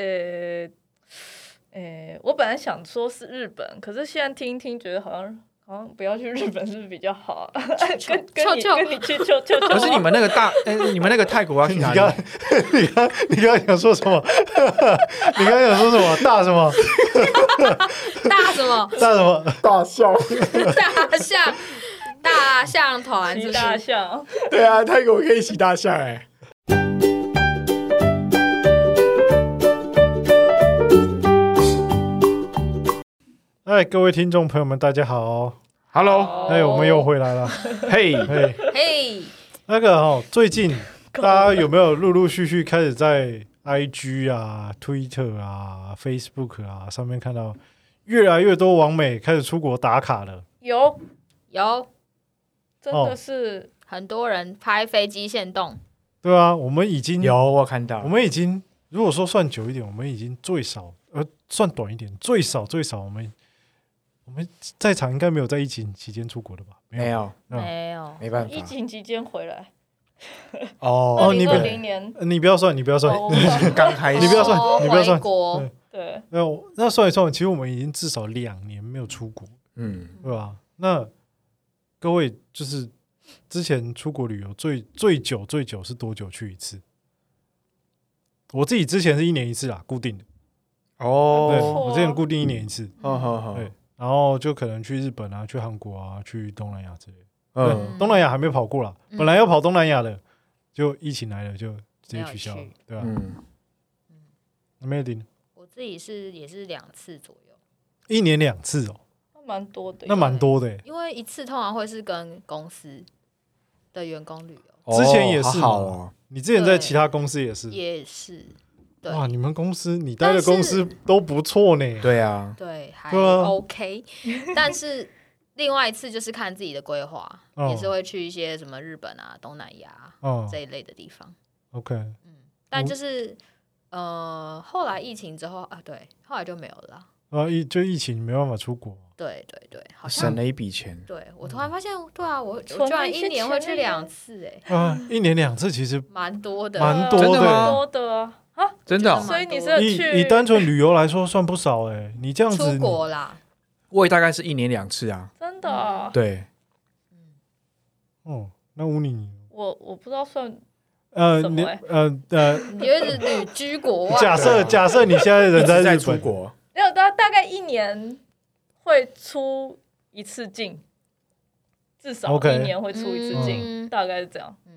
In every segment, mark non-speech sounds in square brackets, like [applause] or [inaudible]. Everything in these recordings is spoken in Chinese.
呃呃，我本来想说是日本，可是现在听一听，觉得好像好像不要去日本是不是比较好，跟跟你臭臭跟你去就 [laughs] 就可是你们那个大，哎，你们那个泰国要去你哪刚 [laughs] 里？你刚你刚刚想说什么？ [laughs] 你刚刚想说什么？大什么？大什么大什么？大笑。大象大象团是骑不大是？象，对啊，泰国可以骑大象哎、哎，各位听众朋友们，大家好！ Hello，哎，我们又回来了。嘿，哎，嘿，那个哦，最近大家有没有陆陆续续开始在 IG 啊、Twitter 啊、Facebook 啊上面看到越来越多网美开始出国打卡了？有有真哦的是很多人拍飞机线动，对啊，我们已经有我看到我，们已经如果说算久一点，我们已经最少呃算短一点，最少最少我们我们在场应该没有在疫情期间出国的吧？没有，嗯没有没办法啊疫。情期间回来，哦二哦你零不二零年，呃你不要算，你不要算，哦我不知 [laughs] 道刚开始你不要算哦你不要算嗯回国对对，那我那算一算，其实我们已经至少两年没有出国，嗯，对吧？那各位就是之前出国旅游最最久最久是多久去一次？我自己之前是一年一次啦，固定的。不对，错哦，我之前固定一嗯年一次，好好好，对然后就可能去日本啊、去韩国啊、去东南亚之类的。嗯，东南亚还没跑过啦，嗯本来要跑东南亚的，就疫情来了就直接取消了没有去，对吧、啊？嗯，那 m e d i n 我自己是也是两次左右，一年两次哦，那蛮多的耶，那蛮多的欸。因为一次通常会是跟公司的员工旅游，之前也是哦好好哦，你之前在对其他公司也是，也是对嗯哇，你们公司你待的但是公司都不错呢。对啊，对还对啊 OK，但是另外一次就是看自己的规划，哦也是会去一些什么日本啊、东南亚啊哦这一类的地方。 ，OK，但就是呃，后来疫情之后啊，对，后来就没有了啦。啊，疫就疫情没办法出国，对对对，好像省了一笔钱，对我突然发现，对啊，我我居存了然一一些年钱会去呢两次、欸，啊，一年两次其实蛮多的，蛮对多啊真的蛮吗多的。的啊，真的哦真的吗所以你是以去以单纯旅游来说算不少哎，你这样子出你国啦，我也大概是一年两次啊，真的嗯啊，对，哦，那乌你你我我不知道算呃什么你欸呃呃，你就是旅居国外，假设假设你现在人在一直在日出本，国，没有，大大概一年会出一次镜，至少 OK 一年会出一次镜嗯大概是这样。嗯，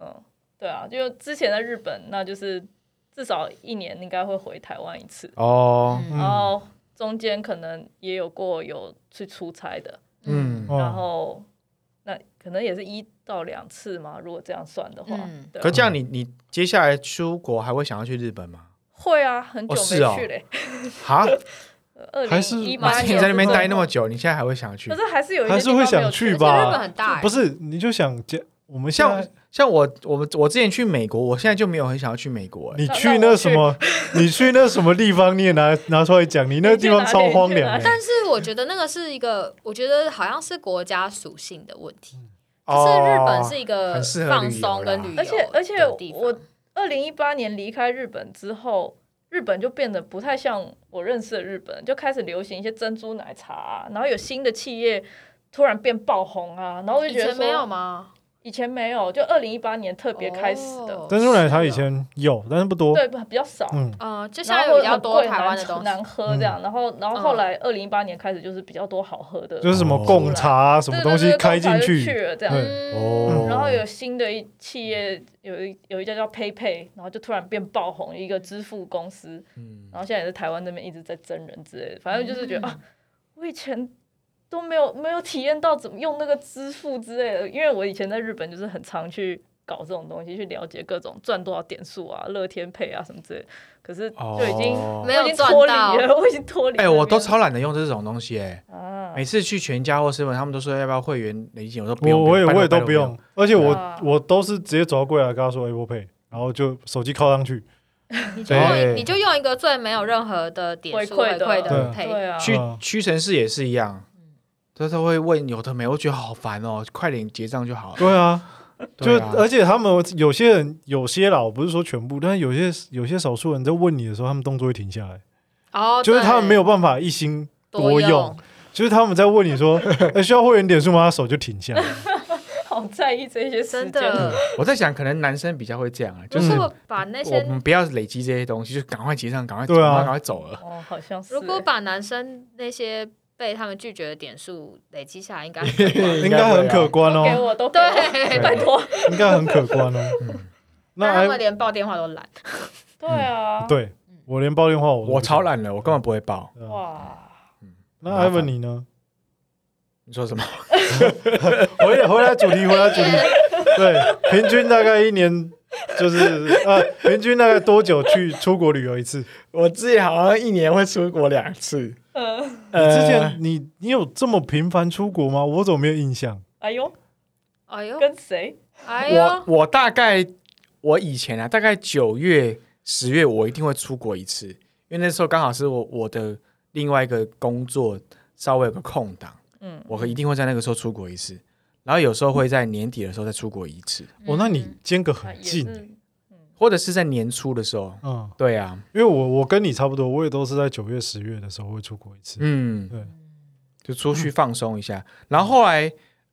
嗯，对啊，就之前在日本，那就是至少一年应该会回台湾一次，哦，嗯嗯然后中间可能也有过有去出差的，嗯，哦然后那可能也是一到两次嘛，如果这样算的话，嗯对啊可这样你你接下来出国还会想要去日本吗？会啊，很久哦是哦没去嘞，呃哈，二还是零一马八斯年 [laughs] 你在那边待那么久，久，你现在还会想要去可？是还是有一些还是地方没会有想去而且吧日本很大、欸，不是你就想这我们现像在像我我们我之前去美国，我现在就没有很想要去美国、欸。你去那什么，你去那什么地方，你也拿拿出来讲，你那地方超荒凉的。但是我觉得那个是一个，我觉得好像是国家属性的问题。嗯哦就是日本是一个很适合放旅游松跟啦旅游而的地且方，而且我二零一八年离开日本之后，日本就变得不太像我认识的日本，就开始流行一些珍珠奶茶啊、然后有新的企业突然变爆红啊，然后我就以觉得前说没有吗？以前没有，就二零一八年特别开始的，哦珍珠奶茶以前有，但是不多。对，比较少。嗯，呃，就现然在后有比较很多贵，台湾的难东难西，嗯喝这样，然后然后后来二零一八年开始就是比较多好喝的，就是什么贡茶啊什对么对东西对开进高潮就去去，了这样，对哦嗯然后有新的一企业，有一有一家叫 PayPay，然后就突然变爆红，一个支付公司，嗯然后现在也是台湾那边一直在真人之类的，反正就是觉得、嗯啊，我以前都没有没有体验到怎么用那个支付之类的，因为我以前在日本就是很常去搞这种东西，去了解各种赚多少点数啊、乐天配啊什么之类的，可是就已经、哦没有我已经赚脱离到了，我已经脱离了那哎、边了。我都超懒得用这种东西、欸，啊，每次去全家或是他们都说要不要会员累积，我说不我用，我也拜托我也都拜托不不用，，而且我啊我都是直接走到柜台跟他说 Apple Pay，然后就手机靠上去。嗯你就对用你就用一个最没有任何的点数回回馈的馈对的配，对啊，去嗯屈臣氏也是嗯一样，他他会问有的没，我觉得好烦哦，快点结账就好了。对啊，就对啊而且他们有些人有些啦，我不是说全部，但是有些有些少数人在问你的时候，他们动作会停下来，哦，就是他们没有有办法一心多多用，，就是他们在问 [laughs] 你说、哎需要会员点数吗？他手就 [laughs] 停下来。好在意这些时真间。的。我在想，可能男生比较会这样啊，就如是嗯果把那我些们不要累积这些东西，就赶快结账，赶快走对啊赶快走了。哦，好像是。如果把男生那些被他们拒绝的点数累积下来，应该应该很可观都给哦，我都给我 [laughs] 对，拜托。应该很可 [laughs] 观哦。啊那他那们连嗯报电话都懒。对啊，对我连报电话我都不我超接。懒了，我根本不会报。对啊哇，那麻烦 Ivan 你呢？你说什 [laughs] 么？回来回来主题，回来主题。 [laughs] 对，平均大概一年就是 [laughs] 呃，平均大概多久去出国旅游一次？我自己好像一年会出国两次。嗯，你之呃前你你有这么频繁出国吗？我怎么没有印象？哎呦， [laughs] 哎呦，跟谁？哎我呦，我大概我以前啊，大概九月、十月我一定会出国一次，因为那时候刚好是我我的另外一个工作稍微有个空档，嗯，我一定会在那个时候出国一嗯次，然后有时候会在年底的时候再出国一次，哦，那你嗯间隔啊很也近欸、是或者是在年初的时候。嗯，对啊，因为我我跟你差不多，我也都是在九月、十月的时候会出国一次。嗯，对，嗯就出去放松一下。然后后来，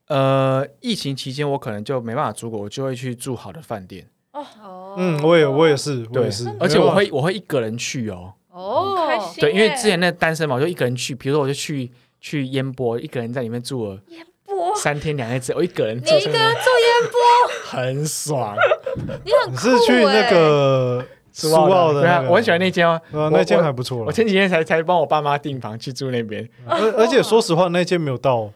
呃，疫情期间我可能就没办法出国，我就会去住好的饭店。哦，嗯，我也我也是，我对也是，而且我会我会一个人去哦，哦，开心对，因为欸之前那单身嘛，我就一个人去，比如说我就去去烟波，一个人在里面住了波三天两夜之后，我一个人你住一个人住烟很爽，波，你很你酷是去那个苏澳的对那啊，个，我很喜欢那间哦，对啊，我那间我还不错我了。前几天才才帮我爸妈订房去住那边。嗯而而且说实话，那间没有到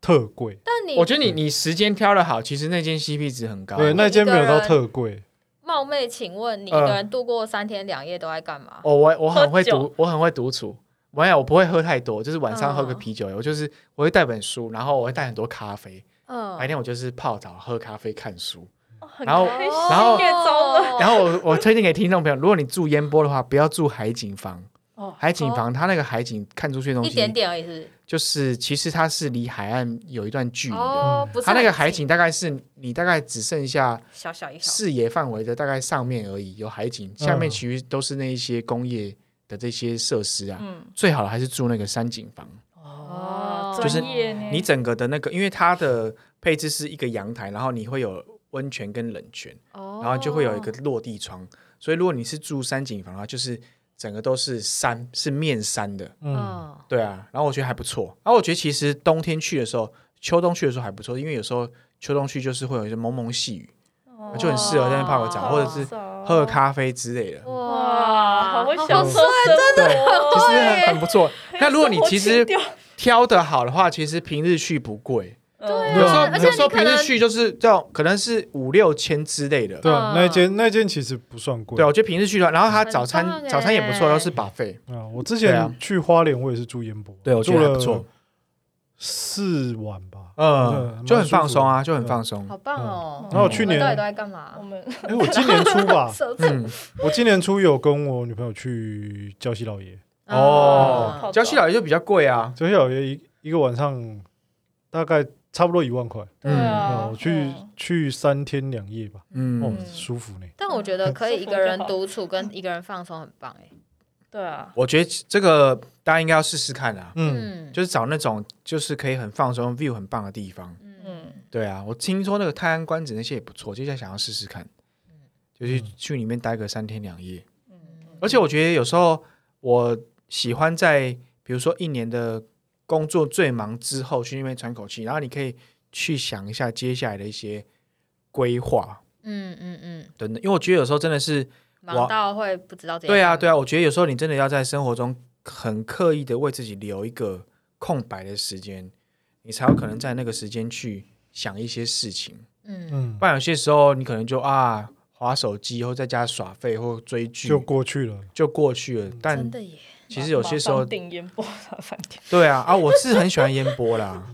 特贵，但你我觉得你你时间挑的好，其实那间 CP 值很高。对，那间没有到特贵。冒昧请问，你一呃个人度过三天两夜都在干嘛？哦，我我很会喝独酒，我很会独处。我有，我不会喝太多，就是晚上喝个嗯啤酒，我就是我会带本书，然后我会带很多咖啡，嗯白天我就是泡澡、喝咖啡、看书。哦很然后开心然后耶糟了， [laughs] 哦然后我我推荐给听众朋友，如果你住烟波的话，不要住海景房。哦海景房它那个海景看出去的东一西，点点而已是就是其实它是离海岸有一段距离的。哦，不是嗯它那个很海近景大概是你大概只剩下小小一小，视野范围的大概上面而已，有海景，嗯下面其实都是那一些工业的这些设施啊。嗯，最好还是住那个山景房，哦，就是专业呢你整个的那个，因为它的配置是一个阳台，然后你会有温泉跟冷泉，然然后就会有一哦个落地窗。所以如果你是住山景房的话，就是整个都是山，是面山的，嗯，嗯对啊。然后我觉得还不错。然后我觉得其实冬天去的时候，秋冬去的时候还不错，因为有时候秋冬去就是会有一些蒙蒙细雨，哦就很适合在那边泡个澡，哦或者是喝个咖啡之类的。哇，好会哦享好受帅真对，其实对很很不 [laughs] 错。那如果你其实生活情调挑的好的话，其实平日去不嗯贵。有时候而且你有时候可平日能去就是这种，可能是五六千之类的。对啊，嗯那间那间其实不算贵。对，我啊觉得平日去的话，然后它早很餐棒早餐也不错，欸都是 buffet。啊，我之对啊前去花莲，我也是住烟波，对我觉住得还了不错四晚吧。嗯，就很放松啊，就很对放松。好棒嗯哦！然后我去你们到底年都，在干我嘛？们哎，我今年初 [laughs] 吧，手指嗯，我今年初有跟我女朋友去礁溪老爷，嗯哦哦，礁溪老爷就比较贵啊。礁溪老爷一一个晚上大概差不多一万块，对啊啊，我去嗯去三天两夜吧，哦嗯，，舒服呢。但我觉得可以一个舒人服就好独处跟一个人放松很棒哎。对啊，我觉得这个大家应该要试试看啊，嗯，嗯就是找那种就是可以很放松、view 很棒的地方。嗯，嗯，对啊，我听说那个泰安官子那些也不错，就在想要试试看，就去嗯去里面待个三天两夜。嗯而且我觉得有时候我喜欢在比如说一年的工作最忙之后去那边喘口气，然后你可以去想一下接下来的一些规划嗯嗯嗯，等等，因为我觉得有时候真的是忙到会不知道这对啊对啊，啊，我觉得有时候你真的要在生活中很刻意的为自己留一个空白的时间，你才有可能在那个时间去想一些事情。嗯嗯不，然有些时候你可能就啊划手机，或在家耍废，或追剧就过去嗯了。就过去了。但真的耶，其实有些时马候上，订烟波茶饭店，对啊啊，我是很喜欢烟波啦，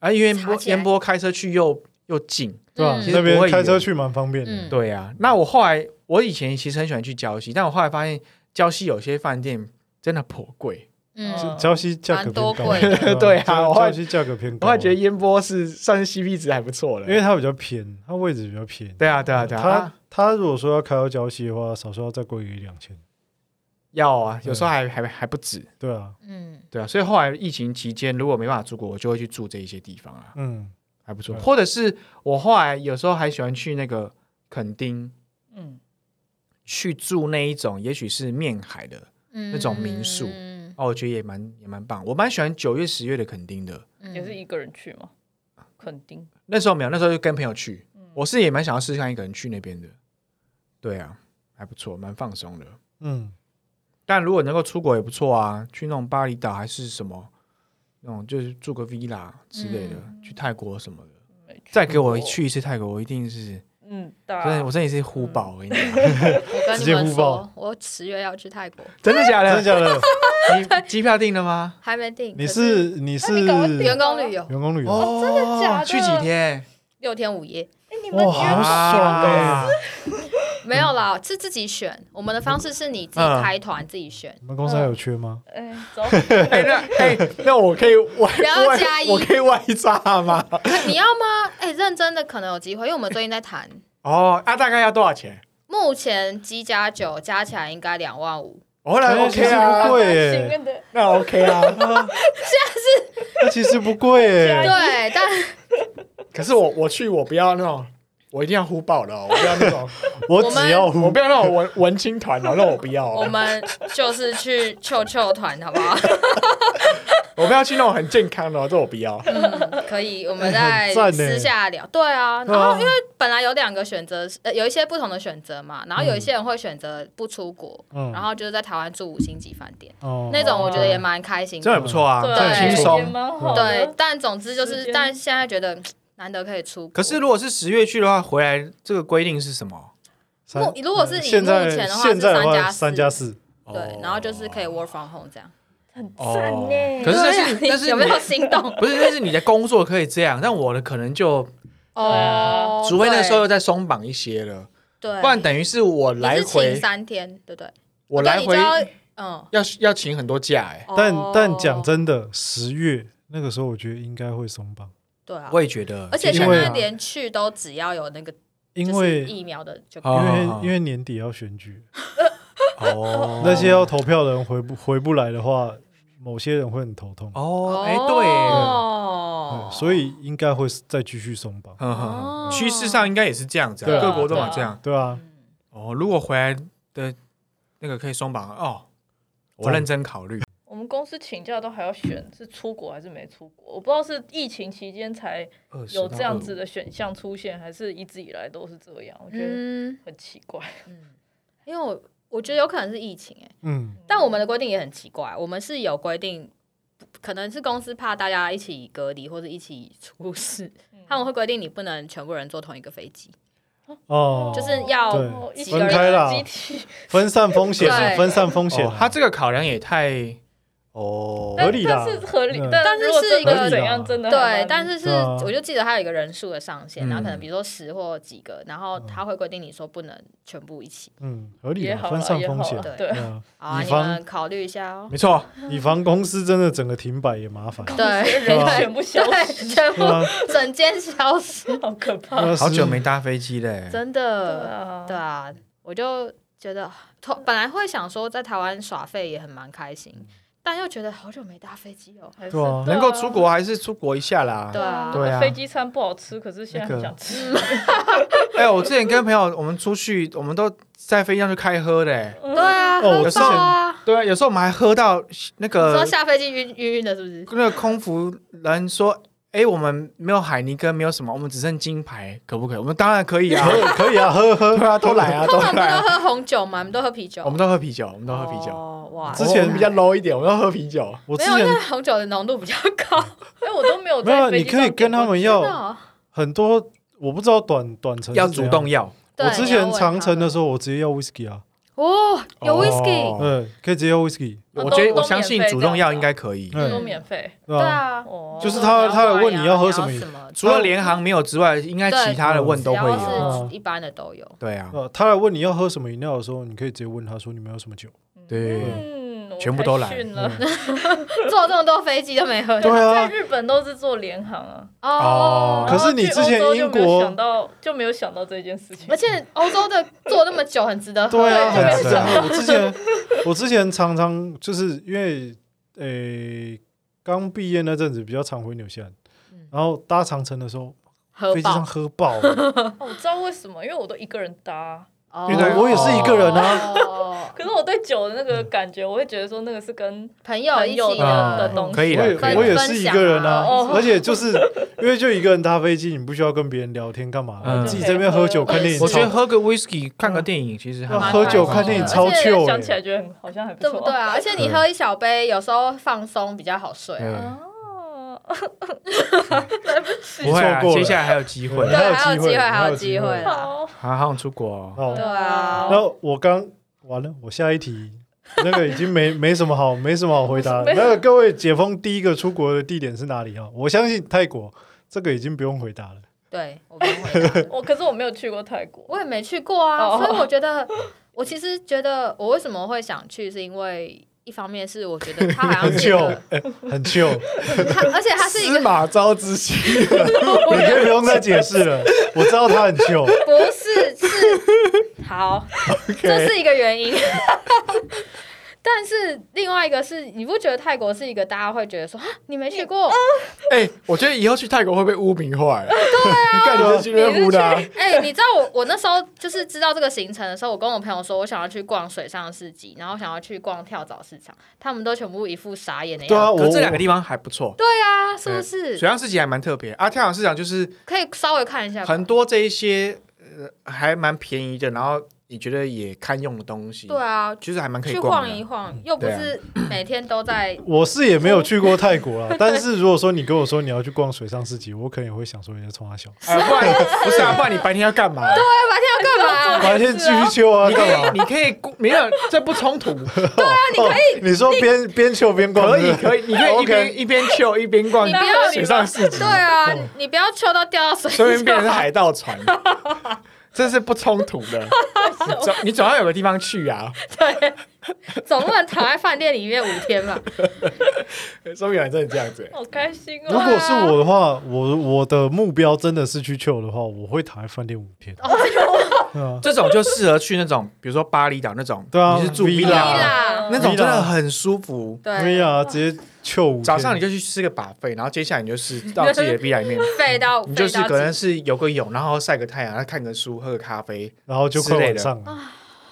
啊，因为烟波 [laughs] 查起来烟波开车去又又近，对吧嗯？那其实不边会有开车去蛮方便嗯的。对啊。那我后来我以前其实很喜欢去礁溪，但我后来发现礁溪有些饭店真的颇贵，嗯礁溪价格蛮多偏高嗯贵的 [laughs] 对啊礁我会礁溪价格偏我高，啊还觉得烟波是算是 CP 值还不错了，因为它比较偏，它位置比较偏。对啊对啊对啊，它啊它如果说要开到礁溪的话，少说要再贵个一两千。要啊，有时候还还还不止，对啊，嗯，对啊，所以后来疫情期间如果没办法出国，我就会去住这一些地方啊，嗯，还不错。对或者是我后来有时候还喜欢去那个垦丁嗯，去住那一种，也许是面海的，嗯那种民宿嗯哦，我觉得也蛮也蛮棒。我蛮喜欢九月十月的垦丁的，嗯也是一个人去嘛，肯定。那时候没有，那时候就跟朋友去，我是也蛮想要试试看一个人去那边的，对啊，还不错，蛮放松的。嗯，但如果能够出国也不错啊，去那种巴厘岛还是什么，那种就是住个 villa 之类的，去泰国什么的。没去再给我过，去一次泰国，我一定是，嗯，大真的，我真的是呼饱，我跟你讲，我跟直你接们忽报说，我十月要去泰国， [laughs] 真的假 [laughs] 真的的？假 [laughs] 的？你机票订了吗？还没定。你可是是你是那你赶快订员工旅游员工旅游？哦，真的假的去几天？啊六天五夜？哎，你们哇，原好爽哎！没有啦，是自己选。我们的方式是你自己嗯开团自己选，你们公司还有缺吗？嗯哎，走，哎，那哎，那我可以外然后外加一我可以外炸吗？ [laughs] 你要吗？ [laughs] 哎，认真的可能有机会，因为我们最近在谈，哦，啊，大概要多少钱？目前机加酒加起来应该两万五，哦，那哎其 OK 实不啊，贵行耶，了的，那 OK 啊。那其实不贵加耶油。 [laughs] 对，啊但可是我我去我不要那种，我一定要呼爆的哦，我不要那种， [laughs] 我只要我不要那种文文青团哦，那我不要哦，我们就是去球球团，好不好？我不要去那种很健康的哦，这我不要。嗯，可以，我们再很 [laughs] 赞呢私下聊。对啊，对然啊后因为本来有两个选择，呃，有一些不同的选择嘛，然后有一些人会选择不出国，嗯然后就是在台湾住五星级饭店，哦那种我觉得也蛮开心这的。样也不错啊，对这样很轻也松。蛮好的对，，但总之就时是，间但现在觉得嗯难得可以出国。可是如果是十月去的话，回来这个规定是什么？哦三目如果嗯是以现目在前的话现在的话是三三加加四，哦对，然后就是可以 work from home 这样。很赞哦呢。可是那是对啊那你是有没有 [laughs] 心动？不是，但是你的工作可以这样，但我的可能就，啊哦，除非那时候又再松绑一些了，对，不然等于是我你来是请回，三天，对不对？我对来你回就要嗯。要要请很多假哎，但但讲哦，真的，十月那个时候我觉得应该会松绑，对啊，我也觉得，而且其因实现为在连去都只要有那个因就为是因疫苗的就哦为好好因为年底要选举，哦那些要投票的人回不回不来的话，某些人会很头痛，哦，哎对耶，哦嗯所以应该会再继续松绑，嗯哼哼哦趋势上应该也是这样子、对啊，啊各国都有这样。对啊，哦，如果回来的那个可以松绑哦，我赞认真考虑。我们公司请假都还要选是出国还是没出国，我不知道是疫情期间才有这样子的选项出现，还是一直以来都是这样，我觉得嗯，很奇怪。因为我我觉得有可能是疫情哎、嗯，但我们的规定也很奇怪，我们是有规定，可能是公司怕大家一起隔离或者一起出事，嗯他们会规定你不能全部人坐同一个飞机，哦， [laughs] 就是要对一起分开啦集 [laughs] 体分散风险啊，对分散风险哦啊，，他这个考量也太哦，合理啦但是合理嗯，但如果真的但是是一个怎样真的还对蛮，但是是、对啊我就记得它有一个人数的上限，嗯然后可能比如说十或几个，然后他会规定你说不能全部一起。嗯，合理也啊，好分了，散也风好险，了，对对对。啊好啊，以你防们考虑一下哦。没错，以防公司真的整个停摆也麻烦，对，人啊全部消对，失，全部对啊，整间消失，好可怕。那好是久没搭飞机嘞。真对的。啊呃对，啊，我就觉得，头本来会想说在台湾耍废也很蛮开心，但又觉得好久没搭飞机哦了。还是对啊能够出国还是出国一下啦。对啊对啊飞机餐不好吃，可是现在很想吃。哎、我之前跟朋友我们出去，我们都在飞机上去开喝嘞。对啊，哦喝我之爆啊！对啊，有时候我们还喝到那你说个下飞机晕晕晕的，是不是？那个空服人说：“哎、我们没有海尼根，没有什么，我们只剩金牌，可不可以？”我们当然可以啊，可 [laughs] 可以啊，呵呵，对啊，都来啊，都通常不来都 [laughs] 啊。喝红酒吗？你们都喝啤酒？我们都喝啤酒，我们都喝啤酒。哦，哇！之前我们比较 low 一点，我们要喝啤酒。我之没有，前因为红酒的浓度比较高。哎，我都没有没有啊，在飞你机可上以跟他们真的要哦很多，我不知道短短程是要怎主样动。要哦我 [laughs] 对之你要前问长他城的们时候，我直接要 whisky 啊，哦，有 whisky，哦对，可以直接要 whisky，哦我都觉得都我相信主动要应该可以。点嗯都免费，对对吧？啊，哦就是他然后他有问要你要喝什什么饮么除了联航没有之外，应该其他的问都会只有。要有是一般的都有。嗯对啊，呃，他来问你要喝什么饮料的时候，你可以直接问他说你们有什么酒，对嗯，我全部太都来逊了， [laughs] 坐这么多飞机都没喝对啊在日本都是做联航啊。哦哦。可是你之前然后去欧洲就没有英国想到就没有想到这件事情而，且欧洲的坐那么久很值 [laughs] 得喝，对啊，对很值对啊得。我之前我之前常常就是因为诶刚毕业那阵子比较常回纽西兰嗯，然后搭长城的时候，喝飞机上爆。喝爆 [laughs] 了，哦我知道为什么，因为我都一个人搭，哦因为我也是一个人啊，哦可是我对酒的那嗯个感觉，我会觉得说那个是跟朋友一起啊朋友的的的东西啊可以我了，也可以我了也是一个人分啊享哦啊而且就是因为就一个人搭飞机，你不需要跟别人聊天干嘛，嗯你自己这边喝酒看电影超，我觉得喝个 whisky 看个电影其实还蛮喝酒好的看电影而且超 chill 想欸起来觉得很好像还不对错，不对啊？而且你喝一小杯，有时候放松比较好睡啊。嗯对哦，不会啊，错过了接下来还有机会对。对，还还有有机机会会，还还有有机机会会啊啦。好，还好想出国哦，哦对啊好然，后我刚完了，我下一题那个已经没 [laughs] 没什么好没什么好 [laughs] 回答了。没那个各位解封第一个出国的地点是哪里啊？我相信泰国这个已经不用回答了。对，我不会的我可是我没有去过泰国，我也没去过啊， [laughs] 哦所以我觉得，我其实觉得我为什么会想去，是因为一方面是我觉得它好像是一个，很 chill，它而且它是一司个马昭之心，你可以不用再解释了。我知道他很 chill，不是是好，这是一个原因。 [laughs] 但是另外一个是，你不觉得泰国是一个大家会觉得说啊，你没去过， [laughs] 哎，我觉得以后去泰国会被污名化。 [laughs] 对啊，你看你是去那边污的啊，哎、你知道我我那时候就是知道这个行程的时候，我跟我朋友说，我想要去逛水上市集，然后想要去逛跳蚤市场，他们都全部一副傻眼的对啊，样子。我可是这两个地方还不错。对啊，是不是？水上市集还蛮特别啊，跳蚤市场就是可以稍微看一下吧。很多这一些呃还蛮便宜的，然后你觉得也堪用的东西，对，啊，就是还蛮可以去晃逛的一。晃，又不是每天都在。我是也没有去过泰国啦。但是如果说你跟我说你要去逛水上市集，我可能也会想说你在冲他笑，哎，不然 [laughs] 不是啊，不然你白天 [laughs] 要干嘛？哎要干嘛？白天继续 chill 啊，你可干嘛？以，你可以逛，没有这不冲 [laughs] 突，哦你说边边 chill 边逛，可以是不是可以，[laughs] 你可以一 OK 边一边秀一边逛你不要水上市集对，啊，你不要秋到掉到水顺便里。变成海 [laughs] 盗船，这是不冲突的。你总你总要有个地方去啊，总不能躺在饭店里面五天吧？说明你真的这样子欸。好开心如哦，果是我的话，我我的目标真的是去 chill 的话，我会躺在饭店五天。对啊，这种就适合去那种，比如说巴厘岛那种，对啊你是住 villa 对 villa，啦，那种真的很舒服。对对，呀，啊直接 chill 五天早上你就去吃个把费，然后接下来你就是到自己的 villa 里面，废到你就废是可到能极，是游个泳，然后晒个太阳，然后看个书，喝个咖啡。然后就快晚上之类了，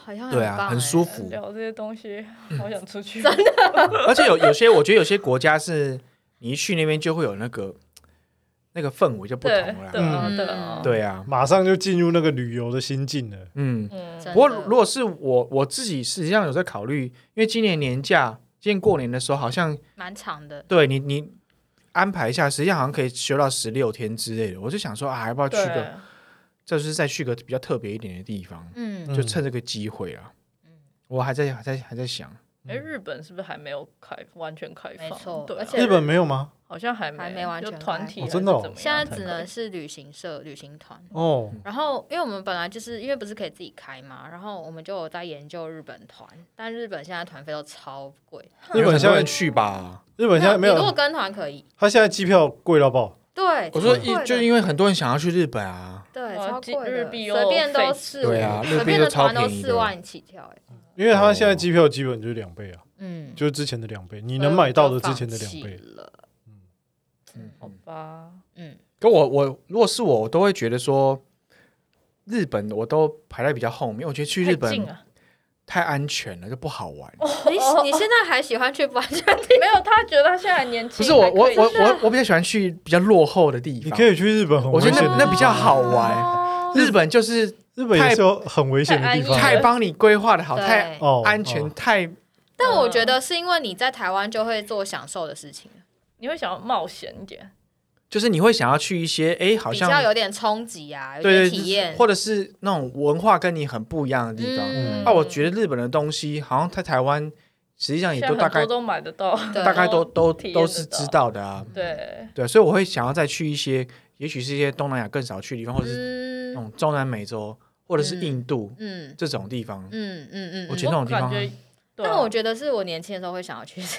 好像对啊，棒很欸舒服。嗯聊这些东西，好想出 [laughs] 去，而且有有些，我觉得有些国家是你一去那边就会有那个那个氛围就不对同了对啦。啊嗯对啊，对啊，马上就进入那个旅游的心境了。嗯。嗯，真不过的如果是我我自己，实际上有在考虑，因为今年年假，今年过年的时候，好像蛮长的，对你你安排一下，实际上好像可以休到十六天之类的。我就想说啊，要不要去个，对，这就是再去个比较特别一点的地方，嗯，就趁这个机会啊。嗯我还在还在还在想，哎，日本是不是还没有开完全开放？没错对啊，而且日本没有吗？好像还没还没完全就团体还开哦是真的哦怎么样现在只才可以能是旅行社、旅行团。哦，然后，因为我们本来就是因为不是可以自己开嘛，然后我们就有在研究日本团，但日本现在团费都超贵。日有很本现多在人去吧？日本现在没你如果有，跟团可以，他现在机票贵到爆，对，我说超贵的一就因为很多人想要去日本啊，对哇超几贵的，日币又随便都 face 是对啊日随币便都的超团便宜都的四万起跳，哎，因为他现在机票基本就是两倍啊，嗯，就是之前的两倍，你你能买到的之前的两倍。了，嗯，好吧，嗯，可我我如果是我，我都会觉得说，日本我都排在比较后面。我觉得去日太近哦本啊太安全了，就不好玩。你你现在还喜欢去不安全地没有，他觉得他现在还年轻，不是我我还可以啊我我我比较喜欢去比较落后的地你方可。以去日本很我危觉得险的地那方，那比较好哦玩。方？日本就是日本也是有很危险的地方太安太逸了帮你规划的好，对太哦，安全，哦太但嗯我觉得是因为你在台湾就会做享受的事情，你会想要冒险一点，就是你会想要去一些哎，好比较像有点冲击啊，有对点对体对，验。或者是那种文化跟你很不一样的地方。啊嗯那我觉得日本的东西好像在台湾实际上也现哎都在大很多概都买得到，对大概都都体验都得是到知道的啊。对，对，所以我会想要再去一些，也许是一些东南亚更少去的地方，或者是那嗯种中南美洲，或者是印度、嗯这种地方。嗯嗯嗯，我觉得那种地感方觉对啊但我觉得是我年轻的时候会想要去，是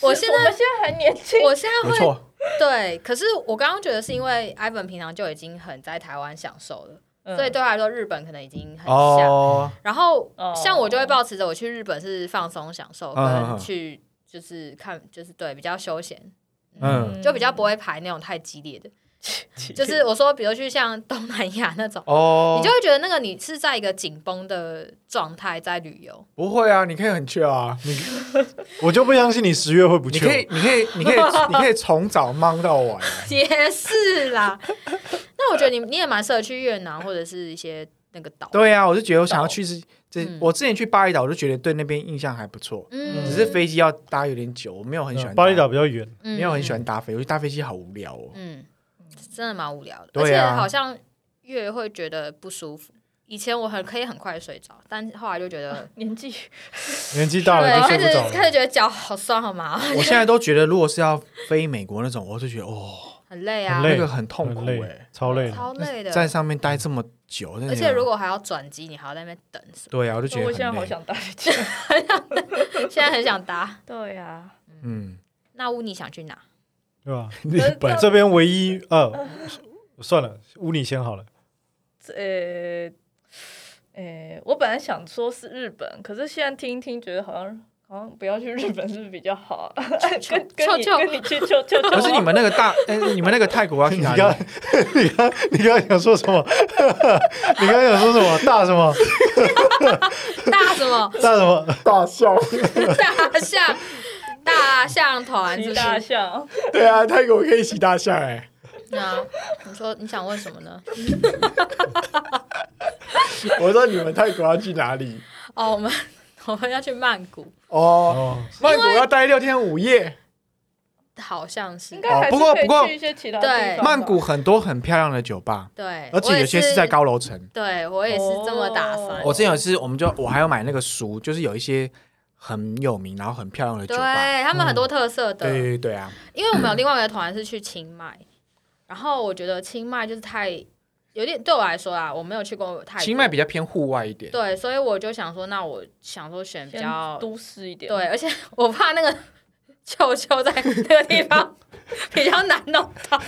我现我在们现在还年 [laughs] 轻，我现在没会错，对，可是我刚刚觉得是因为 Ivan 平常就已经很在台湾享受了，嗯所以对他来说日本可能已经很像。哦，然后哦像我就会保持着我去日本是放松享受，嗯嗯嗯跟去就是看就是对比较休闲，嗯，就比较不会排那种太激烈 [laughs] 的。嗯，就是我说，比如去像东南亚那种，哦，你就会觉得那个你是在一个紧绷的状态在旅 [laughs] 游。不会啊，你可以很 chill 啊，你我就不相信你十月会不你去。可以，你可以，你 [laughs] 可以，你可以从早忙到晚。也是啦。那我觉得你你也蛮适合去越南或者是一些那个岛。对啊，我就觉得我想要去是这嗯，我之前去巴厘岛，我就觉得对那边印象还不错，嗯，只是飞机要搭有点久，我没有很喜欢巴厘搭岛，比较远，没没有很喜欢搭飞，我觉得搭飞机好无聊哦。嗯，真的蛮无聊的，而对且啊好像越会觉得不舒服。以前我很可以很快睡着，但后来就觉 [laughs] 得年纪年纪大对，了就开睡不着始开了。始觉得脚好酸好麻，我现在都觉得，如果是要飞美国那种，我就觉得哦，很累啊，很累那个很痛苦很累哎，超累的，超累的。在上面待这么久，那啊哎而且如果果还要转机，你还要在那边等什对啊，我就觉得我很现在好累想搭飞机。么？现在很想搭。 [laughs] 对啊呀，嗯，那乌你想去哪？[laughs] 对吧？日本这边唯一呃，算了，乌你先好了。呃呃，我本来想说是日本，可是现在听一听，觉得好像好像不要去日本是不是比较好啊？ [laughs] 跟跟你臭臭跟你去就就可是你们那个 [laughs] 大，哎，你们那个泰国要去你哪刚里？ [laughs] 你刚你刚刚想说什么？ [laughs] 你刚刚想说什么？大什么？大什 [laughs] 么？大什么？大笑，大象，大象团是骑不大是？象， [laughs] 对啊，泰国可以骑大象哎，啊，你说你想问什么呢？我说你们泰国要去哪里？哦，我们 [laughs] 我们要去曼谷，哦，哦，曼谷要待六天五夜。好像 [laughs] 是应该还是不过可以不过去一些其他对地方吧曼谷很多很漂亮的酒吧，对，而且有些我也是在。高楼层。对我也是这么打算。哦我之前有一次，我们就我还要买那个书，就是有一些很有名然后很漂亮的酒对吧。他们很多特色的，对对对啊，因为我们有另外一个团是去清迈，然后我觉得清迈就是太有点对我来说啊，我没有去过泰国清迈比较偏户外一点。对，所以我就想说，那我想说选比先较都市一点，对，，而且 [laughs] 我怕那个球球在那个地 [laughs] 方比较难弄到，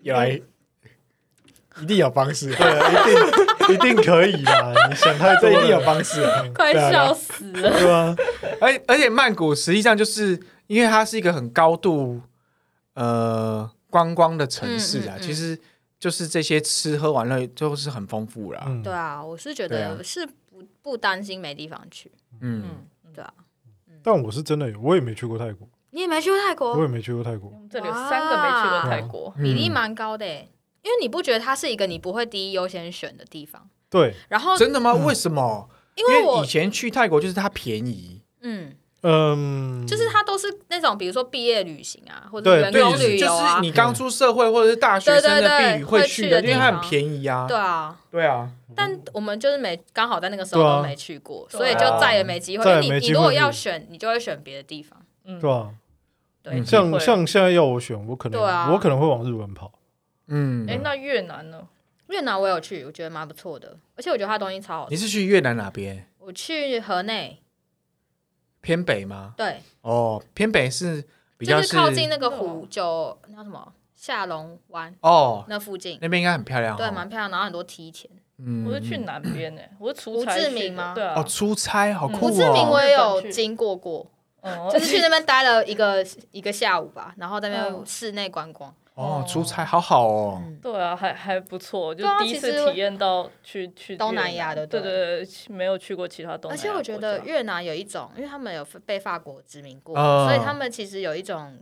有来一定有方式，哎啊对，一定一定可以 [laughs] 啦！你想太多这一定有了，方式。快啊笑 [laughs] 死了。对啊吧？而而且曼谷实际上就是因为它是一个很高度呃观光的城市啊，嗯嗯嗯其实就是这些吃喝玩乐都是很丰富啦。嗯对，啊，我是觉对啊得是不不担心没地方去，嗯，对啊，但我是真的，我也没去过泰国，你也没去过泰国，我也没去过泰国我。们这里有三个没去过泰国，比嗯例蛮高的欸，因为你不觉得它是一个你不会第一优先选的地方。对，然后，真的吗？为什么？嗯因因为我以前去泰国就是它便宜，嗯，嗯，就是它都是那种比如说毕业旅行啊，或者对员对工旅就游啊是，你刚出社会或者是大学生对对对的避旅会会去的，去的地因方为它很便宜啊。对啊。对啊，但我们就是没刚好在那个时候对啊都没去过，所以对就啊再也没机会。再也因为没你机你会如果去要选，你就会选别的地方。嗯，对吧？对，嗯像会像现在要我选，我可能对啊我可能会往日本跑。嗯，哎，那越南呢？越南我有去，我觉得蛮不错的，而且我觉得它东西超好你吃。是去越南哪边？我去河内，偏北吗？对，哦，偏北是比较就是是靠近那个湖哦九，那叫什么下龙湾哦，那附近，那边应该很漂亮哦。对，蛮漂亮，然后很多梯田。嗯我是去南边呢，我是出胡差志去明的吗对啊哦，，出差，好酷胡哦。志明嗯我也有日本去经过过，哦就是去那边待了一个一个下午吧，然后在那边嗯室内观光。哦，出差好好哦。嗯，对啊，还还不错，就对啊第一其次实体验到去去东越南亚的对对对对，没有去过其他东南而亚且国家。我觉得越南有一种，因为他们有被法国殖民过，嗯所以他们其实有一种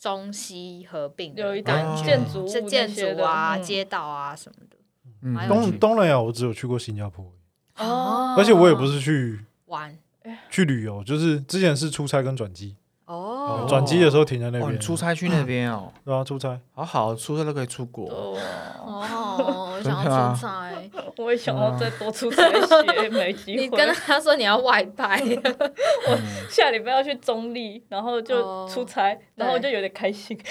中西合并的有一感点觉，建筑物是那建些筑的啊、嗯街道啊什么的。嗯蛮有东趣东南亚啊我只有去过新加坡，哦而且我也不是去玩去旅游，就是之前是出差跟转机，哦，转机的时候停在那哦，你边，出差去那边哦，对啊，出差。好好，出差都可以出国。哦，哦，我真的想啊要 [laughs] 出差。我也想要再多出差一些， [laughs] 没机会。嗯你跟他说你要外拍， [laughs] 下礼拜要去中立，然后就哦出差，然后我就有点开心。 [laughs]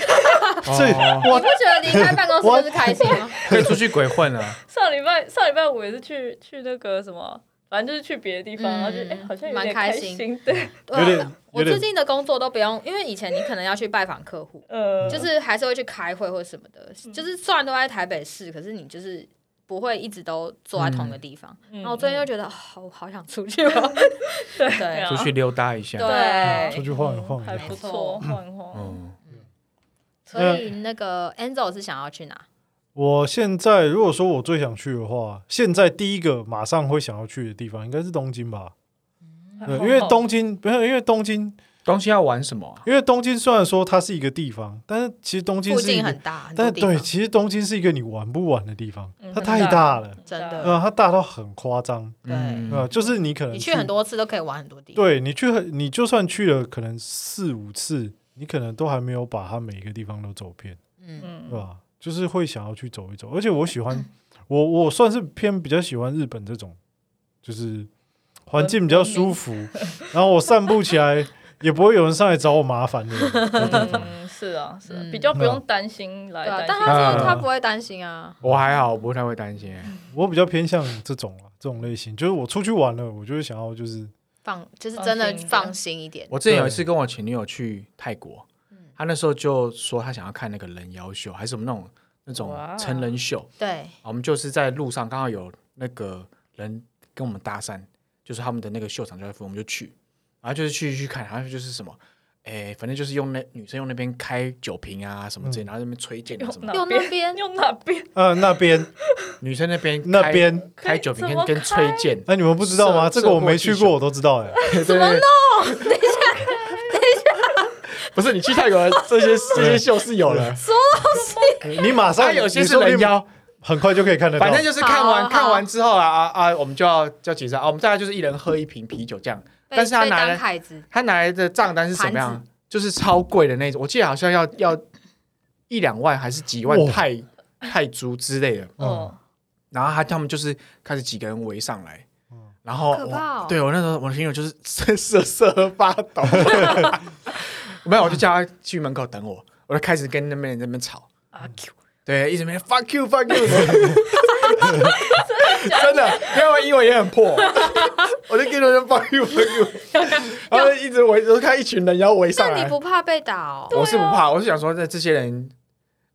这哦我不觉得离开办公室就是开心吗？ [laughs] 可以出去鬼混了。上礼拜上礼拜我也是去去那个什么反正就是去别的地方，然后就哎、嗯好像有蛮点开心心，对，有点呃我有点最近的工作都不用，因为以前你可能要去拜访客户，呃，就是还是会去开会或什么的，就是虽然都在台北市，可是你就是不会一直都坐在同一个地方。嗯然后我最近就觉得，哦，我好想出去哦。 [laughs] 对对出去溜达一下。对出去晃一晃还也好不错，晃一晃。嗯，所以那个 Enzo 是想要去哪？我现在如果说我最想去的话，现在第一个马上会想要去的地方应该是东京 [laughs] 吧？对，因为东京不是因为东京，东西要玩什么啊？因为东京虽然说它是一个地方，但是其实东京附是一近个很，大，很多但地方对，其实东京是一个你玩不完的地方嗯，它很太大大了，真的啊，它大到很夸张，对嗯啊，就是你可能你去很多次都可以玩很多地方。对你去很，你就算去了可能四五次，你可能都还没有把它每一个地方都走遍，嗯，嗯对吧？就是会想要去走一走，而且我喜欢，我我算是偏比较喜欢日本这种，就是环境比较舒服，然后我散步起来也不会有人上来找我麻烦的的地 [laughs] 方。嗯，是啊，是啊嗯比较不用担心来对啊，担但心他说啊他不会担心啊。我还好，我不太会担心。我比较偏向这种啊，这种类型，就是我出去玩了，我就是想要就是放就是真的放心一点放心一点，我之前有一次跟我前女友去泰国，嗯她那时候就说她想要看那个人妖秀，还是什么那种那哇哦种成人秀。对，我们就是在路上刚好有那个人跟我们搭讪，就是他们的那个秀场就在附近，我们就去，然后就是去去看，然后就是什么，哎，反正就是用那女生用那边开酒瓶啊什么嗯之类，然后在那边吹剑啊什用么哪的，用那边用哪边？呃那边女生那边那开边，开酒瓶怎跟么跟吹剑，那、你们不知道吗？射这个我没射去过地过，我都知道哎、对对对， [laughs] 不是你去泰国的这些这些秀是有了，你马上它啊有些你是说不定人妖，很快就可以看得到。反正就是看好完看好完之后啊啊啊，我们就要就要结账啊，我们大概就是一人喝一瓶啤酒这样。但是他被拿当了凯子，他拿来的账单是什么盘样？就是超贵的那种，我记得好像要要一两万还是几万哇泰泰铢之类的。嗯，然后他他们就是开始几个人围上来嗯，然后好可怕哦我对我那时候我的朋友就是 [laughs] 瑟瑟瑟发抖， [laughs] 没有我就叫他去门口等我，我就开始跟那边人在那边吵，阿 Q，对，一直没 fuck you fuck you，真的，因为我英文也很破， [laughs] 我就跟人家 fuck you fuck you，然后一直围，我就看一群人要围上那你来，不怕被打哦？我是不怕，我是想说，那这些人，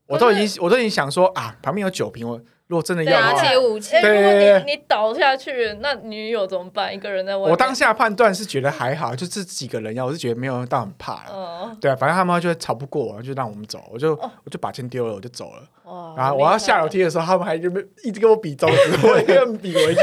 我都已经我都已经想说啊，旁边有酒瓶，我如果真的要拿的话起武器哎，，如对果你你倒下去，那女友怎么办？一个人在外面，我当下判断是觉得还好，就这几个人要，我是觉得没有到很怕哦了。嗯，对啊，反正他们就吵不过我，就让我们走，我就我就把钱丢了，我就走了。哇哦然后啊我要下楼，梯的时候，他们还就一直跟我比中 [laughs] 指，我也跟比回去。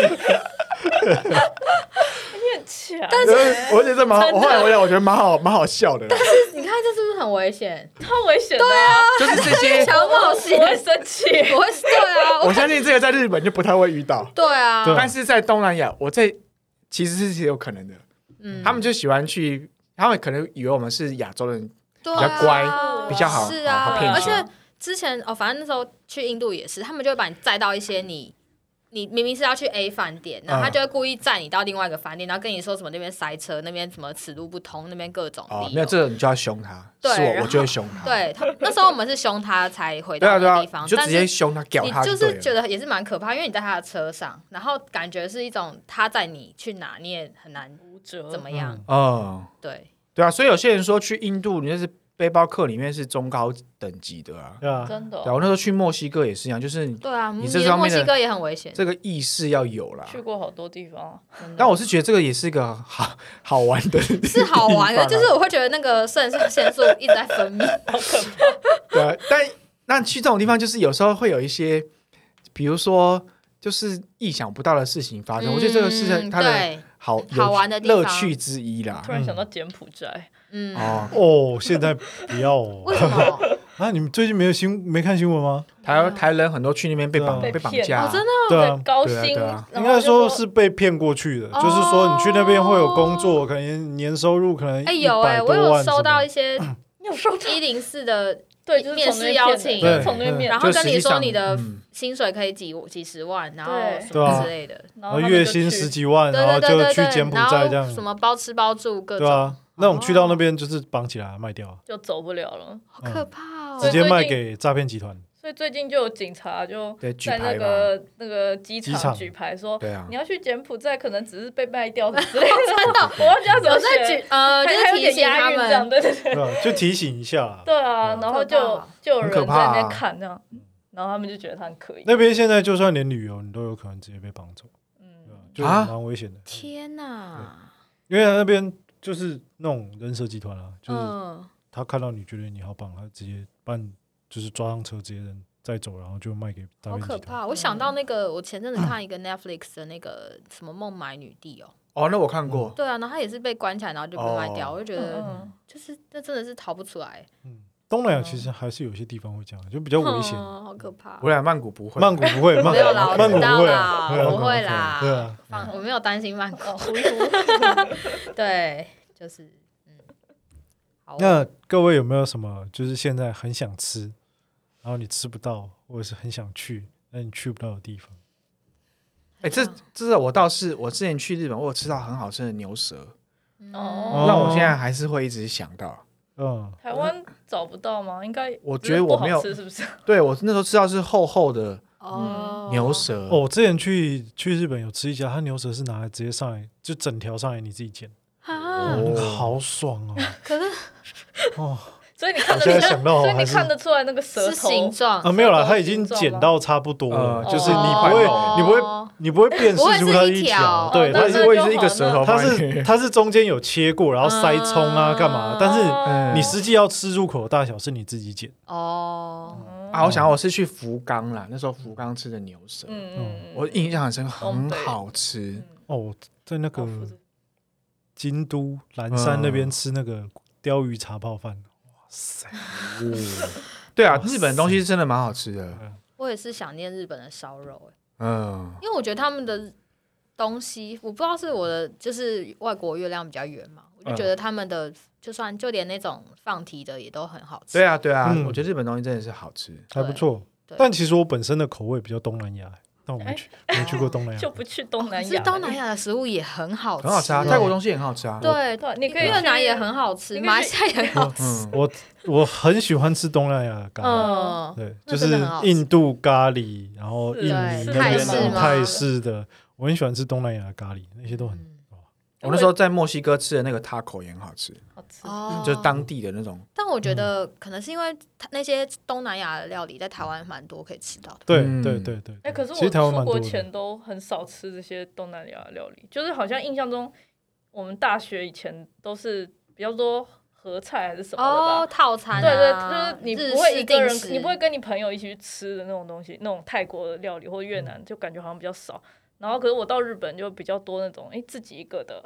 很强但然后我觉得这蛮好，我后来回来我觉得蛮好，蛮好笑的啦。你看这是不是很危险？超危险的啊，就是这些，强暴我险，会生气。我会对啊，我我相信这个在日本就不太会遇到，对啊，对但是在东南亚，我在其实是有可能的。嗯，他们就喜欢去，他们可能以为我们是亚洲人，对比啊较乖比较好是好啊好骗，而钱且之前哦，反正那时候去印度也是，他们就会把你载到一些你。你明明是要去 A 饭店，嗯然后他就会故意载你到另外一个饭店，然后跟你说什么那边塞车，那边什么此路不通，那边各种哦，理没有由。这个你就要凶他，对是我然我后就会凶他，对他那时候我们是凶他才回对到啊对那啊，个地方，你就但直是接凶他，屌你他就对是了觉得也是蛮可怕，因为你在他的车上，然后感觉是一种他载你去哪，你也很难吴哲怎么样。嗯，对，对啊，所以有些人说去印度，你那是背包客里面是中高等级的啊。对啊，真的对啊，哦我那时候去墨西哥也是一样，就是你对啊，你你这的方墨面西的哥也很危险。这个意识要有啦。去过好多地方，啊真的但我是觉得这个也是一个 [laughs] 好好玩的 [laughs] 地方啊，是好 [laughs] 玩的，就是我会觉得那个肾上腺素一直在分泌。对啊，但那去这种地方，就是有时候会有一些，比如说就是意想不到的事情啊发生。我觉得这个是嗯它的对，好有好玩的地方乐趣之一啦突。然想到柬埔寨，嗯，哦，哦，现在不要哦为什 [laughs] 么？啊！你们最近没有新没看新闻吗？台台人很多去那边被绑对啊被绑被骗架哦，啊，真的对在啊，高对啊薪对啊，然应后该就说说是被骗过去的，哦就是说你去那边会有工作，可能年收入可能哎有哎、哎，我有收到一 [laughs] 些你有收到一零四的， [laughs] 对，就是面从那试边邀骗请的就是从那边对面，然后就跟实你际说上你的嗯薪水可以几几十万，然后对什对啊么之类的。然然后后他们月就薪去十几万，对啊然后对对就对去对，柬埔然寨后这样，什么包吃包住各对种，哦啊，那种去到那边就是绑起来卖掉，啊就走不了了。好可怕哦！对嗯直接最卖近给诈骗集团。所以最近就有警察就对举在那牌嘛个那个机机场场举牌说，对啊你，要去柬埔寨，可能只是被卖掉之类的。 [laughs] 真的，我忘记他怎么有在写举呃，还就还是有提点醒他押韵这样，们，对对对对吧？就提醒一下啦。对啊，然后就就有人很在可怕那啊边看这样，然后他们就觉得他很可疑。那边现在就算连旅游，你都有可能直接被绑走，对吧嗯，就啊蛮危险的。天哪，因为那边就是那种人蛇集团啊，就是嗯，他看到你觉得你好棒，他直接把你就是抓上车，直接人载走，然后就卖给诈好骗可集团。怕！我想到那个，我前阵子 [coughs] 看一个 Netflix 的那个什么《孟买女帝》哦，哦，那我看过，对啊，然后她也是被关起来，然后就被卖掉，哦我就觉嗯得嗯就是那真的是逃不出来，嗯，东南亚其实还是有些地方会这样，就比较危险。嗯好可怕。我俩曼谷不会，曼谷不会，[laughs] 曼没有啦，谷我曼谷知道不会啦啊，，对啊不会啦，对啊，放我 [laughs] 没有担心曼谷，哦，呼一呼对，就是嗯，好，哦那各位有没有什么就是现在很想吃，然后你吃不到，或者是很想去，但你去不到的地方？哎，这这个我倒是，我之前去日本，我有吃到很好吃的牛舌，哦嗯哦让我现在还是会一直想到。嗯，台湾找不到吗？应该我觉得我没有只是不好吃是不是？ [laughs] 对我那时候吃到是厚厚的哦牛舌，哦，我之前去去日本有吃一家，它牛舌是拿来直接上来，就整条上来你自己剪，啊，那哦个好爽 [laughs] 哦！可是哦，所以你看得我现出来在想到所以还你是看得出来那个舌是头形状哦啊，没有啦，舌头它已经形状剪吗到差不多了，呃就是你哦不会，你不会，哦你不会辨识不会出是它一是一条条，对，哦它那是那会是一个舌头它放进是去，它是中间有切过，然后塞葱啊干嘛，但是哦你实际要吃入口的大小是你自己剪。哦，啊，我想我是去福冈啦，那时候福冈吃的牛舌，嗯嗯，我印象很深，东很北好吃。哦，我在那个哦负责京都岚山那边嗯吃那个鲷鱼茶泡饭，哇塞！嗯对啊哇，塞日本东西真的蛮好吃的。我也是想念日本的烧肉，欸嗯，因为我觉得他们的东西，我不知道是我的就是外国月亮比较圆嘛，我就觉得他们的就算就连那种放题的也都很好吃，对啊，对啊嗯，我觉得日本东西真的是好吃。还不错对。但其实我本身的口味比较东南亚，但我没哎去，我没去过东 [laughs] 南就亚。不去东南哦可是亚，东南亚的食物也很好吃，很好吃啊，欸泰国东西也很好吃啊。对，对你可以越南去也很好吃，你可以马来西亚也很好吃，嗯，我我很喜欢吃东南亚的咖喱， [laughs] 嗯，对，那就真是的很好吃印度咖喱，然后印是尼啊那是泰边式的吗泰式的，我很喜欢吃东南亚的咖喱，那些都嗯很我那时候在墨西哥吃的那个 taco 也很好吃，好吃，哦，就是当地的那种。但我嗯觉得可能是因为它那些东南亚的料理在台湾蛮多可以吃到的，对嗯对对对。哎、可是其实我台湾出蛮多国的前都很少吃这些东南亚料理，就是好像印象中我们大学以前都是比较多合菜还是什么哦的吧。，套餐对对，啊，就是你日不会式一个定人食，你不会跟你朋友一起去吃的那种东西，那种泰国的料理或越嗯南，就感觉好像比较少。然后，可是我到日本就比较多那种，哎，自己一个的，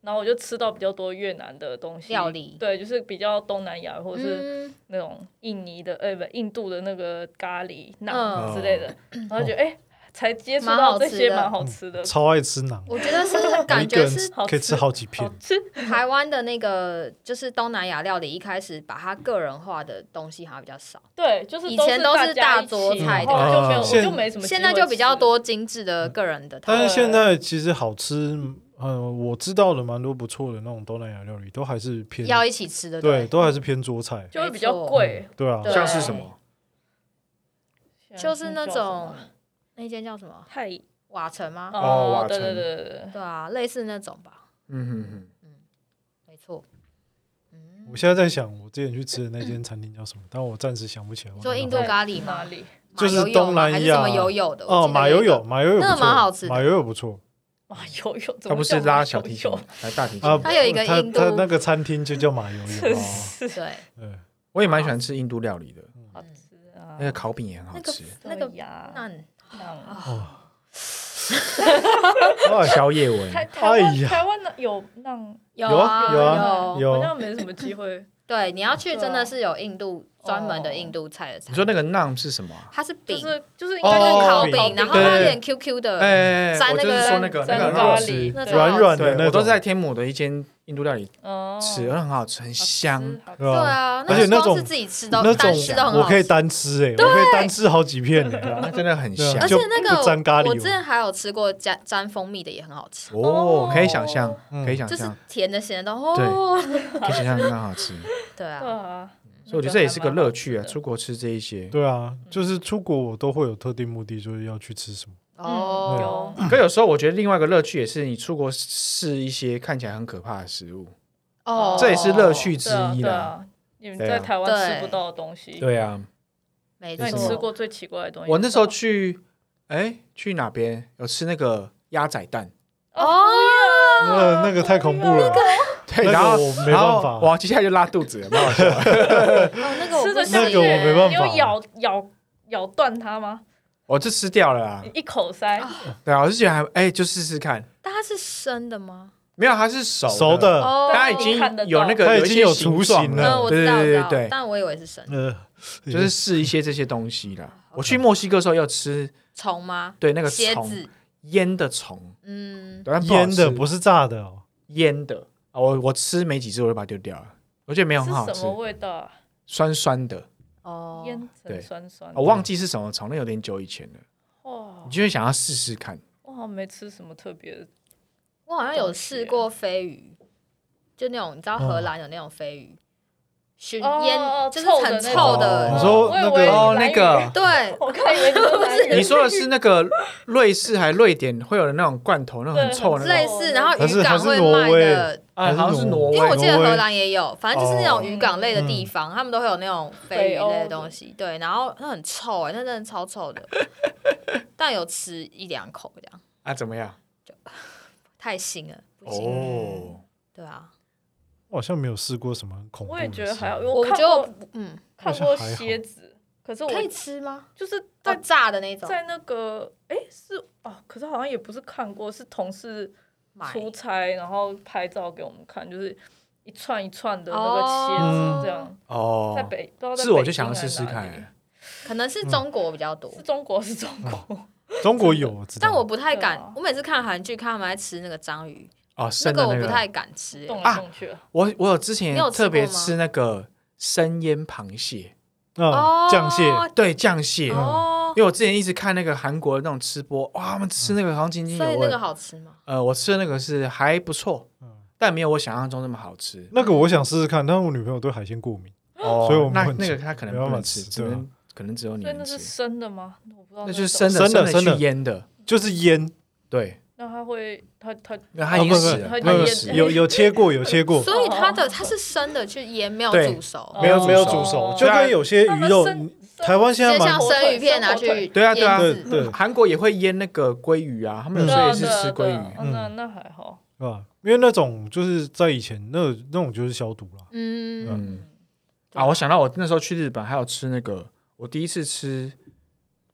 然后我就吃到比较多越南的东西料理对，就是比较东南亚或者是嗯那种印尼的，呃，不，印度的那个咖喱嗯哦馕之类的，然后觉得哎、才接触蛮好到这吃些的蛮好吃嗯的，嗯超爱吃馕，我觉得 [laughs] 是我一感个觉人是好可以吃吃哦好几好片。吃。台湾的那个就是东南亚料理，一开始把它个人化的东西好像比较少， [laughs] 对，就是以都前都大是家大一桌起菜然后就没有，哦的我就现没什么机会吃。现在就比较多精致的个人的套但餐是现在其实好吃，呃，我知道的蛮多不错的那种东南亚料理，都还是偏要一起吃的，对，，都还是偏桌菜。就会没比较错贵，对啊，对像是什么？就是那叫什么啊嗯种那间叫什么太瓦城吗？哦瓦对对城对对对，对啊，类似那种吧，嗯哼哼，没错。我现在在想，我之前去吃的那间餐厅叫什么，但我暂时想不起来。你我说脑印度海对咖喱哪吗？里？就是马友友吗东南亚还是什么友友的？我哦，记得马有友一个友，，马友友那个不错蛮好吃的马友友不错哇， [laughs] 有有，怎他么不叫是拉马嗯小友提琴 [laughs] 友，还大提啊。琴。它有一个他印度他那个餐厅就叫马友真友，是对，对，我也蛮喜欢吃印度料理的，好吃啊那！个烤饼也很好那个吃。那个牙，那那哎 [laughs] 宵夜文，台台哎湾呀台湾的有让有有啊啊有啊有好有像没什么机会。对，你要去真对的啊是有印度专门的印度菜的餐你说哦那个 naan 是什么啊？它是就饼，是就是应就该哦是是烤饼饼，然后对它有对点 QQ 的，哎，哎哎呃沾我那就是个说那个沾那个很咖好喱吃。那超好软吃软的对，那我都种是，在天母的一间印度料理哦，吃，很好吃，很好吃香。，好吃对对吧？啊，而那且个那光种是自己吃都那单吃都很种好吃，我可以单吃哎，我可以单吃好几片的那 [laughs] 啊。真的很对啊香而且就那个不沾咖喱我哦之前还有吃过加沾蜂蜜的也很好吃，哦，可以想象，嗯可以想就是象，甜的咸的哦，可以想象，很好吃。对对啊，啊，所以我觉得这也是个乐趣那啊，就还蛮好吃的出国吃这一些。对啊，就是出国我都会有特定目的，就是要去吃什么。嗯哦有，可有时候我觉得另外一个乐趣也是你出国试一些看起来很可怕的食物，哦，这也是乐趣之对啊一对啦。啊，你们对在啊台湾对吃不到的东西，对啊，没那错。你吃过最奇怪的东西是啊什么？我那时候去，哎，去哪边有吃那个鸭仔蛋，哦，啊那那个太恐怖了，对，那个然后我没然办后法哇，接下来就拉肚子了，蛮好笑 [laughs] 的哦那个我吃不的行下去，那个我没办法你有咬咬咬断它吗？我就吃掉了啦你。一口塞，对啊，我是觉得还哎，就试试看，但它是生的吗？没有，它是熟熟的，的，哦，它已你经看得到有那它个已一经些有形雏状形嗯，了我对知道，我对知对道对，，但我以为是生的呃，就是试一些这些东西啦。我去墨西哥的时候要吃虫吗？对那个蝎虫子，腌的虫，嗯，对不好腌的吃不是炸的哦，腌的啊，我我吃没几只我就把它丢掉了，我觉得没有很好是吃什，么味道啊？酸酸的，哦，腌对啊成酸酸的我。忘记是什么虫，那有点久以前了，哇你，就会想要试试看。我好像没吃什么特别的。我好像有试过飞鱼，就那种你知道荷兰有那种飞鱼，熏哦腌哦就是臭的很那臭种的，你说我以那为个哦蓝那鱼个 [laughs] 对，我看以为是 [laughs] 蓝鱼 [laughs] 你说的是那个瑞士还瑞典会有的那种罐头，那种很臭的那对种类似，然后还是渔港还是会挪卖威的。啊，好像是挪威因为我记得挪威荷兰也有，反正就是那哦种渔港类的地方，他们都会有那种鲱鱼类的东西。对，然后那很臭哎、那真的超臭的。但有吃一两口这样，啊，怎么样？太腥了，不行。哦，对啊，我好像没有试过什么很恐怖我的食也觉物。得还好，我看觉得我过不嗯，看好过像还好蝎子，可是我可以吃吗？就是哦，在炸的那种，在那个哎是哦，可是好像也不是看过，是同事买出差然后拍照给我们看，就是一串一串的那个蝎子这样，在哦，北不知道在是我北就京想要还试是试啊哪里看，可能是中国比较多，是中国是中啊国，中国有，我知道但我不太敢对啊。我每次看韩剧，看他们在吃那个章鱼，哦，那生的个我那不个，太敢吃、欸动来动去。我我有之前你有吃特别过吗吃那个生腌螃蟹，哦啊，酱蟹对，酱蟹，哦，因为我之前一直看那个韩国的那种吃播，哇，他们吃那个好像津津有哦所以那味个。好吃吗？呃，我吃的那个是还不错嗯，但没有我想象中那么好吃。那个我想试试看，但我女朋友对海鲜过敏，哦所以我们那不能那吃个他可能没办不法能吃，吃只对啊能可能只有你所以那能是吃。生的吗？我不知道那哦那就是种生的生的的生去的腌的，就是腌，对，那它会，它它那它已经哦不不死了，它已它经已经腌死了了。有有切过，有 [laughs] 切过，所以它的它是生的，去腌没有对煮熟，哦没有没有煮煮熟熟，就跟有些他鱼们肉，生你台湾现在就蛮像火腿生鱼片生拿火去腿对啊对啊腌对制对韩国也会腌那个鲑鱼啊，他们有嗯时对啊候也是对啊吃鲑对啊鱼。嗯哦那那还好，是吧？啊因为那种就是在以前那那种就是消毒啦，嗯，嗯，啊，我想到我那时候去日本还有吃那个，我第一次吃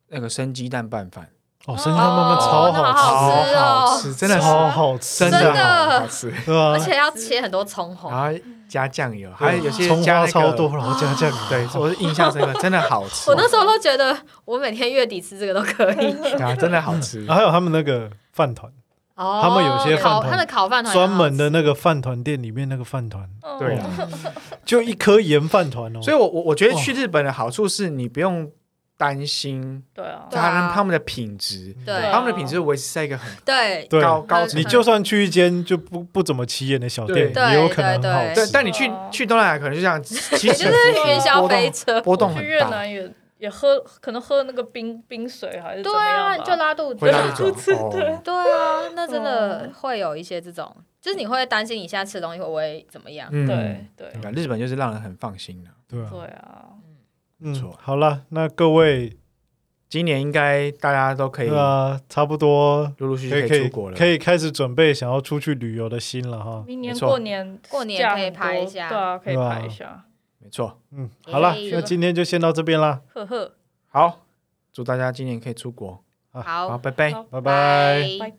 那个生鸡蛋拌饭，哦，生鸡蛋慢慢哦超那好好好吃哦好吃，真的吃，是超好吃，真的好的好吃。对啊而，且要切很多葱然花。后加酱油，对啊还有有些葱加花那个啊超多，然后加酱油，对，我印象深刻，真的好 [laughs] 吃。我那时候都觉得，我每天月底吃这个都可以。啊，真的好吃。还有他们那个饭团，哦，他们有些饭烤团他的烤饭团啊哦专门的那个饭团店里面那个饭团，嗯对啊，就一颗盐饭团哦，所以我，我我觉得去日本的好处是你不用担心对啊，对他啊们他们的品质，对他们的品质维持在一个很对对高高很层你就算去一间就不不怎么起眼的小店，对也有可能很好对对吃，。但你去哦去东南亚可能就这样，其也实 [laughs] 就是云霄飞车。波动去很越大，南也也喝，可能喝那个冰冰水还是怎对么样啊，吧就拉肚子回到啊。这种哦， [laughs] 对啊，那真的会有一些这种，就是你会担心你现在吃的东西会不会怎么样。嗯，对对对，日本就是让人很放心的。对啊，对啊，不嗯错，好了，那各位今年应该大家都可以对啊，差不多陆陆续可续以可出以国了，可以开始准备想要出去旅游的心了哈。明年没错过年过年假可以很多拍一下对啊，可以哦对啊拍一下，没错。嗯，好了耶，那今天就先到这边啦，呵呵，好，祝大家今年可以出国，好好，，拜拜。好拜拜拜。